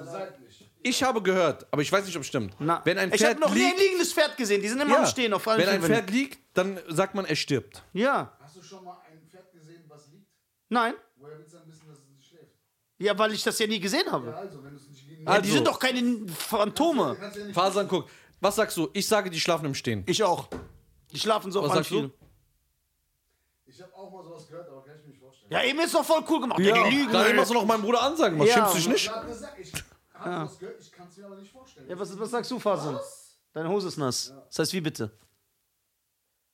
Speaker 2: Ich habe gehört, aber ich weiß nicht, ob es stimmt.
Speaker 1: Na,
Speaker 2: Wenn ein
Speaker 1: ich habe
Speaker 2: Pferd
Speaker 1: noch nie
Speaker 2: liegt,
Speaker 1: ein liegendes Pferd gesehen. Die sind immer am Stehen auf allen
Speaker 2: Wenn ein
Speaker 1: Vieren.
Speaker 2: Pferd liegt, dann sagt man, er stirbt.
Speaker 1: Ja,
Speaker 3: Hast du schon mal ein Pferd gesehen, was liegt?
Speaker 1: nein.
Speaker 3: Woher willst du dann wissen, dass es nicht schläft?
Speaker 1: Ja, weil ich das ja nie gesehen habe. Ja,
Speaker 3: Also, wenn du es nicht gegen
Speaker 1: die
Speaker 2: Also.
Speaker 1: sind doch keine Phantome.
Speaker 3: kannst du ja nicht
Speaker 2: Fasern, guck. Was sagst du? Ich sage, die schlafen im Stehen.
Speaker 1: Ich auch. Die schlafen so
Speaker 2: Was
Speaker 1: auf
Speaker 2: sagst
Speaker 1: Anflügen.
Speaker 2: du?
Speaker 3: Ich habe auch mal sowas gehört, aber kann ich mir nicht vorstellen.
Speaker 1: Ja, eben ist doch voll cool gemacht. die lügen.
Speaker 2: Dann immer so noch meinem Bruder ansagen. Was
Speaker 1: Ja.
Speaker 2: schimpfst du dich nicht?
Speaker 3: Ich habe gesagt, ich habe ja. was gehört, ich kann es mir aber nicht vorstellen.
Speaker 1: Ah. Ja, was, was sagst du, Fasan? Deine Hose ist nass. Das heißt, wie bitte?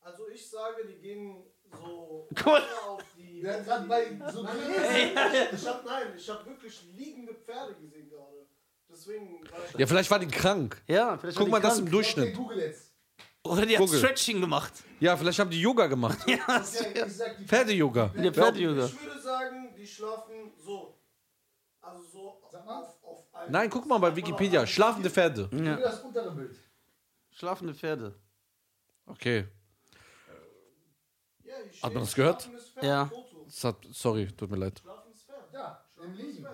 Speaker 4: Also ich sage, die gehen so
Speaker 1: Cool.
Speaker 4: auf die.
Speaker 3: Der hat gerade bei so
Speaker 4: Ich hab, nein, ich habe wirklich liegende Pferde gesehen gerade. Deswegen war ich
Speaker 2: Ja, vielleicht war die krank.
Speaker 1: Ja, vielleicht
Speaker 2: Guck mal, das im
Speaker 3: den
Speaker 2: Durchschnitt.
Speaker 3: Google jetzt.
Speaker 1: Oder die hat
Speaker 2: Google.
Speaker 1: Stretching gemacht.
Speaker 2: Ja, vielleicht haben die Yoga gemacht.
Speaker 1: Ja,
Speaker 3: Ja, ich sag, die
Speaker 2: Pferde-Yoga.
Speaker 1: der Pferd-Yoga.
Speaker 4: Ich würde sagen, die schlafen so. Also so auf, auf einem.
Speaker 2: Nein, guck mal bei Wikipedia. Schlafende Pferde.
Speaker 3: Google das untere Bild.
Speaker 1: Schlafende Pferde.
Speaker 2: Okay.
Speaker 4: Ja, ich
Speaker 2: Hat man das gehört?
Speaker 4: schlafendes Pferd,
Speaker 1: Ja.
Speaker 4: Foto.
Speaker 2: Das hat, sorry, tut mir leid.
Speaker 4: Schlafendes Pferd.
Speaker 3: Ja, im Liegen.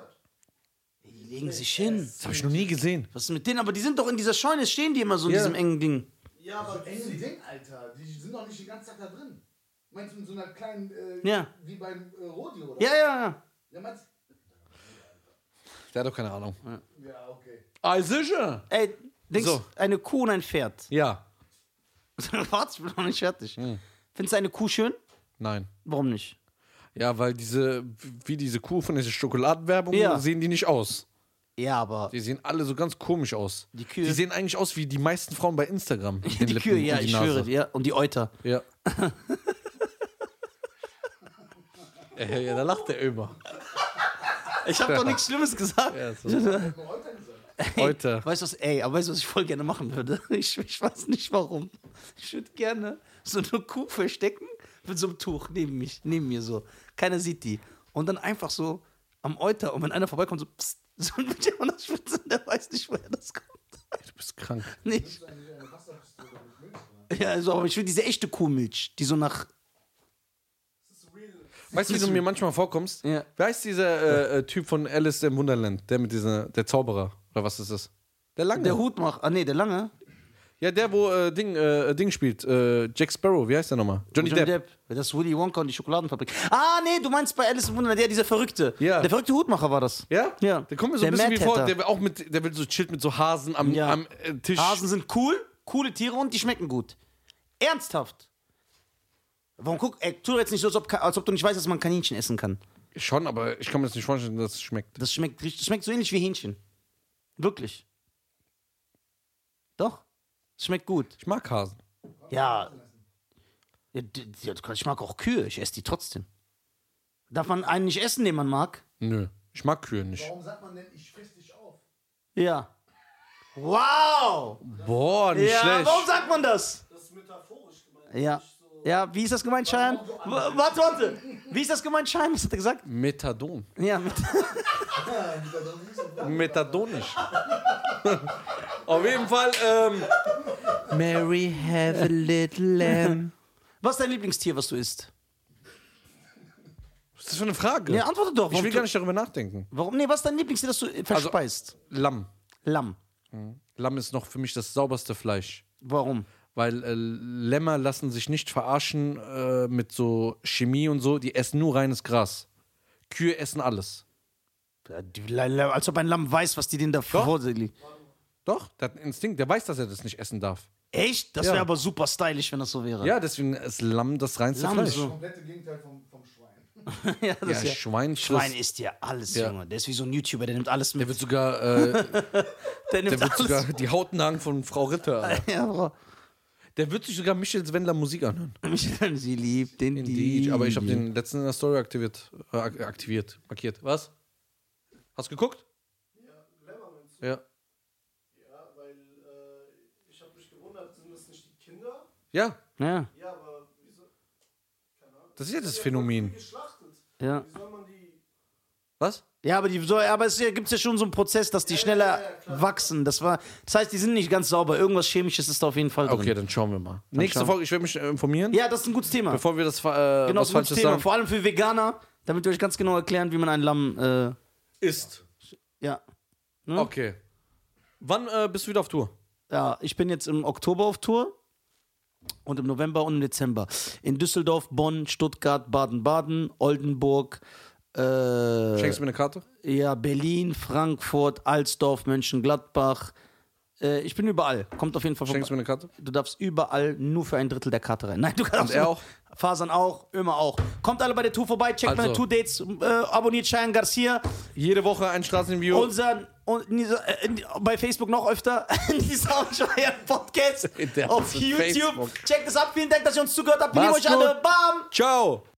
Speaker 1: Die legen sich hin.
Speaker 2: Das habe ich noch nie gesehen.
Speaker 1: Was ist mit denen? Aber die sind doch in dieser Scheune, stehen die immer so in
Speaker 2: Ja.
Speaker 1: diesem engen Ding.
Speaker 4: Ja,
Speaker 5: So
Speaker 4: aber
Speaker 5: enge
Speaker 4: sie-
Speaker 5: Ding, Alter. Die sind doch nicht den ganzen Tag da drin. Meinst du in so einer kleinen, äh,
Speaker 1: Ja.
Speaker 5: wie beim äh, Rodeo, oder?
Speaker 1: Ja, ja, ja.
Speaker 5: Ja, meinst,
Speaker 2: Der hat doch keine Ahnung.
Speaker 5: ja okay.
Speaker 2: Ah, sicher.
Speaker 1: Ey, Dings,
Speaker 2: So.
Speaker 1: eine Kuh und ein Pferd.
Speaker 2: Ja.
Speaker 1: Warte, ich bin noch nicht fertig. Findest du eine Kuh schön?
Speaker 2: Nein.
Speaker 1: Warum nicht?
Speaker 2: Ja, weil diese, wie diese Kuh von dieser Schokoladenwerbung,
Speaker 1: Ja.
Speaker 2: sehen die nicht aus.
Speaker 1: Ja, aber
Speaker 2: Die sehen alle so ganz komisch aus.
Speaker 1: Die Kühe.
Speaker 2: Die sehen eigentlich aus wie die meisten Frauen bei Instagram. mit den
Speaker 1: die
Speaker 2: Lippen
Speaker 1: Kühe, ja,
Speaker 2: und die
Speaker 1: ich
Speaker 2: Nase.
Speaker 1: schwöre dir. Ja. Und die Euter.
Speaker 2: Ja. ja, ja, da lacht der immer.
Speaker 1: Ich habe doch nichts Schlimmes gesagt.
Speaker 2: Ja, so.
Speaker 5: Ich hab mir heute gesagt.
Speaker 2: Heute.
Speaker 1: Weißt du was, ey, aber weißt du, was ich voll gerne machen würde? Ich, ich weiß nicht warum. Ich würde gerne so eine Kuh verstecken mit so einem Tuch neben mich, neben mir so. Keiner sieht die. Und dann einfach so am Euter und wenn einer vorbeikommt, so psst, so ein bisschen an der Spitze, der weiß nicht, woher das kommt.
Speaker 2: Du bist krank.
Speaker 1: Nicht.
Speaker 5: Das ist eigentlich eine Wasserpistole mit Milch drin.
Speaker 1: Ja, also, aber ich will diese echte Kuhmilch, die so nach.
Speaker 4: Das ist real.
Speaker 2: Weißt du, wie du mir manchmal vorkommst?
Speaker 1: Ja.
Speaker 2: Wer heißt dieser äh, äh, Typ von Alice im Wunderland? Der mit dieser, der Zauberer. Oder was ist das? Der lange.
Speaker 1: Der Hut macht. Ah, nee, der lange.
Speaker 2: ja, der, wo äh, Ding, äh, Ding spielt. Äh, Jack Sparrow, wie heißt der nochmal? Johnny,
Speaker 1: Johnny
Speaker 2: Depp.
Speaker 1: Depp. Das ist Willy Wonka und die Schokoladenfabrik. Ah, nee, du meinst bei Alice im Wunderland, der, dieser Verrückte.
Speaker 2: Ja.
Speaker 1: Der verrückte Hutmacher war das.
Speaker 2: Ja?
Speaker 1: Ja.
Speaker 2: Der kommt mir so ein
Speaker 1: Der
Speaker 2: bisschen wie vor,
Speaker 1: Mad-Hatter.
Speaker 2: der will auch mit, der will so chillt mit so Hasen am,
Speaker 1: Ja.
Speaker 2: am äh, Tisch.
Speaker 1: Hasen sind cool, coole Tiere und die schmecken gut. Ernsthaft. Warum guck, ey, tu doch jetzt nicht so, als ob, ka- als ob du nicht weißt, dass man Kaninchen essen kann.
Speaker 2: Schon, aber ich kann mir das nicht vorstellen, dass es schmeckt.
Speaker 1: Das schmeckt, richtig- das schmeckt so ähnlich wie Hähnchen. Wirklich. Doch. Es schmeckt gut.
Speaker 2: Ich mag Hasen.
Speaker 1: Ja. Ja, d- ja, du kannst- Ich mag auch Kühe, ich esse die trotzdem. Darf man einen nicht essen, den man mag?
Speaker 2: Nö. Ich mag Kühe nicht.
Speaker 5: Warum sagt man denn, ich friss dich auf?
Speaker 1: Ja. Wow!
Speaker 2: Boah, nicht
Speaker 1: Ja,
Speaker 2: schlecht.
Speaker 1: warum sagt man das?
Speaker 4: Das ist metaphorisch gemeint.
Speaker 1: Ja. Ja, wie ist das gemeint, Schein? Warte, warte. Wie ist das gemeint, Schein? Was hat er gesagt?
Speaker 2: Methadon.
Speaker 1: Ja, mit
Speaker 2: Methadonisch. Auf jeden Fall, ähm. Mary have a little lamb.
Speaker 1: Was ist dein Lieblingstier, was du isst?
Speaker 2: Was ist das für eine Frage?
Speaker 1: Ja, antworte doch.
Speaker 2: ich
Speaker 1: Warum,
Speaker 2: will gar nicht darüber nachdenken.
Speaker 1: warum? Nee, was ist dein Lieblingstier, das du äh, verspeist?
Speaker 2: Lamm.
Speaker 1: Lamm.
Speaker 2: Lamm ist noch für mich das sauberste Fleisch.
Speaker 1: Warum?
Speaker 2: Weil äh, Lämmer lassen sich nicht verarschen äh, mit so Chemie und so. Die essen nur reines Gras. Kühe essen alles.
Speaker 1: Ja, die La- La- Als ob ein Lamm weiß, was die denen da vor liegt.
Speaker 2: Doch, der hat einen Instinkt. Der weiß, dass er das nicht essen darf.
Speaker 1: Echt? Das
Speaker 2: Ja.
Speaker 1: wäre aber super stylisch, wenn das so wäre.
Speaker 2: Ja, deswegen ist Lamm das reinste
Speaker 1: Lamm
Speaker 2: Fleisch.
Speaker 5: Das
Speaker 1: so.
Speaker 5: komplette Gegenteil vom, vom Schwein.
Speaker 1: ja, das
Speaker 2: Ja,
Speaker 1: ja. Schwein
Speaker 2: Schwein, Schwein.
Speaker 1: isst ja alles,
Speaker 2: Ja.
Speaker 1: Junge. Der ist wie so ein YouTuber, der nimmt alles
Speaker 2: Der
Speaker 1: mit.
Speaker 2: wird sogar, äh,
Speaker 1: Der nimmt
Speaker 2: der wird sogar die Haut nagen von Frau Ritter. Alter.
Speaker 1: ja, Bro.
Speaker 2: Der wird sich sogar Michel Wendler Musik anhören.
Speaker 1: Mich- Sie liebt den
Speaker 2: Die, aber ich habe
Speaker 1: Didi.
Speaker 2: den letzten in der Story aktiviert, äh, ak- aktiviert, markiert. Was? Hast du geguckt?
Speaker 4: Ja, Lämmermünze.
Speaker 2: Ja.
Speaker 4: Ja, weil äh, ich habe mich gewundert, sind das nicht die Kinder?
Speaker 2: Ja,
Speaker 1: Ja,
Speaker 4: Ja, aber wieso? Keine Ahnung.
Speaker 2: das ist ja das
Speaker 4: Die
Speaker 2: Phänomen.
Speaker 4: wurden Geschlachtet.
Speaker 1: ja.
Speaker 4: Wie soll man die.
Speaker 2: Was?
Speaker 1: Ja, aber, die, so, aber es gibt ja schon so einen Prozess, dass die schneller wachsen. Das, war, das heißt, die sind nicht ganz sauber. Irgendwas Chemisches ist da auf jeden Fall drin.
Speaker 2: Okay, dann schauen wir mal. Nächste
Speaker 1: schauen.
Speaker 2: Folge, ich werde mich äh, informieren,
Speaker 1: Ja, das ist ein gutes Thema.
Speaker 2: bevor wir das fa- äh,
Speaker 1: genau, das ist ein gutes
Speaker 2: was Falsches
Speaker 1: Thema.
Speaker 2: sagen.
Speaker 1: Vor allem für Veganer, damit wir euch ganz genau erklären, wie man ein Lamm. Äh,
Speaker 2: Ist.
Speaker 1: ja.
Speaker 2: Okay. Wann äh, bist du wieder auf Tour?
Speaker 1: ja, ich bin jetzt im Oktober auf Tour und im November und im Dezember. In Düsseldorf, Bonn, Stuttgart, Baden-Baden, Oldenburg, äh,
Speaker 2: Schenkst du mir eine Karte?
Speaker 1: ja, Berlin, Frankfurt, Alsdorf, Mönchengladbach. Äh, ich bin überall. Kommt auf jeden Fall vorbei.
Speaker 2: Schenkst du mir eine Karte?
Speaker 1: Du darfst überall nur für ein Drittel der Karte rein. Nein, du kannst
Speaker 2: Und er auch?
Speaker 1: Fasern auch, immer auch. Kommt alle bei der Tour vorbei, checkt
Speaker 2: Also.
Speaker 1: meine Tour-Dates, äh, abonniert Cheyenne Garcia,
Speaker 2: Jede Woche ein Straßeninview.
Speaker 1: unseren und Nisa- äh, bei Facebook noch öfter, Nisa und Cheyenne Podcast
Speaker 2: Der
Speaker 1: auf
Speaker 2: ist in
Speaker 1: YouTube.
Speaker 2: Facebook.
Speaker 1: Checkt es ab, vielen Dank, dass ihr uns zugehört habt. Wir lieben
Speaker 2: Mach's
Speaker 1: euch alle.
Speaker 2: gut.
Speaker 1: Bam!
Speaker 2: Ciao.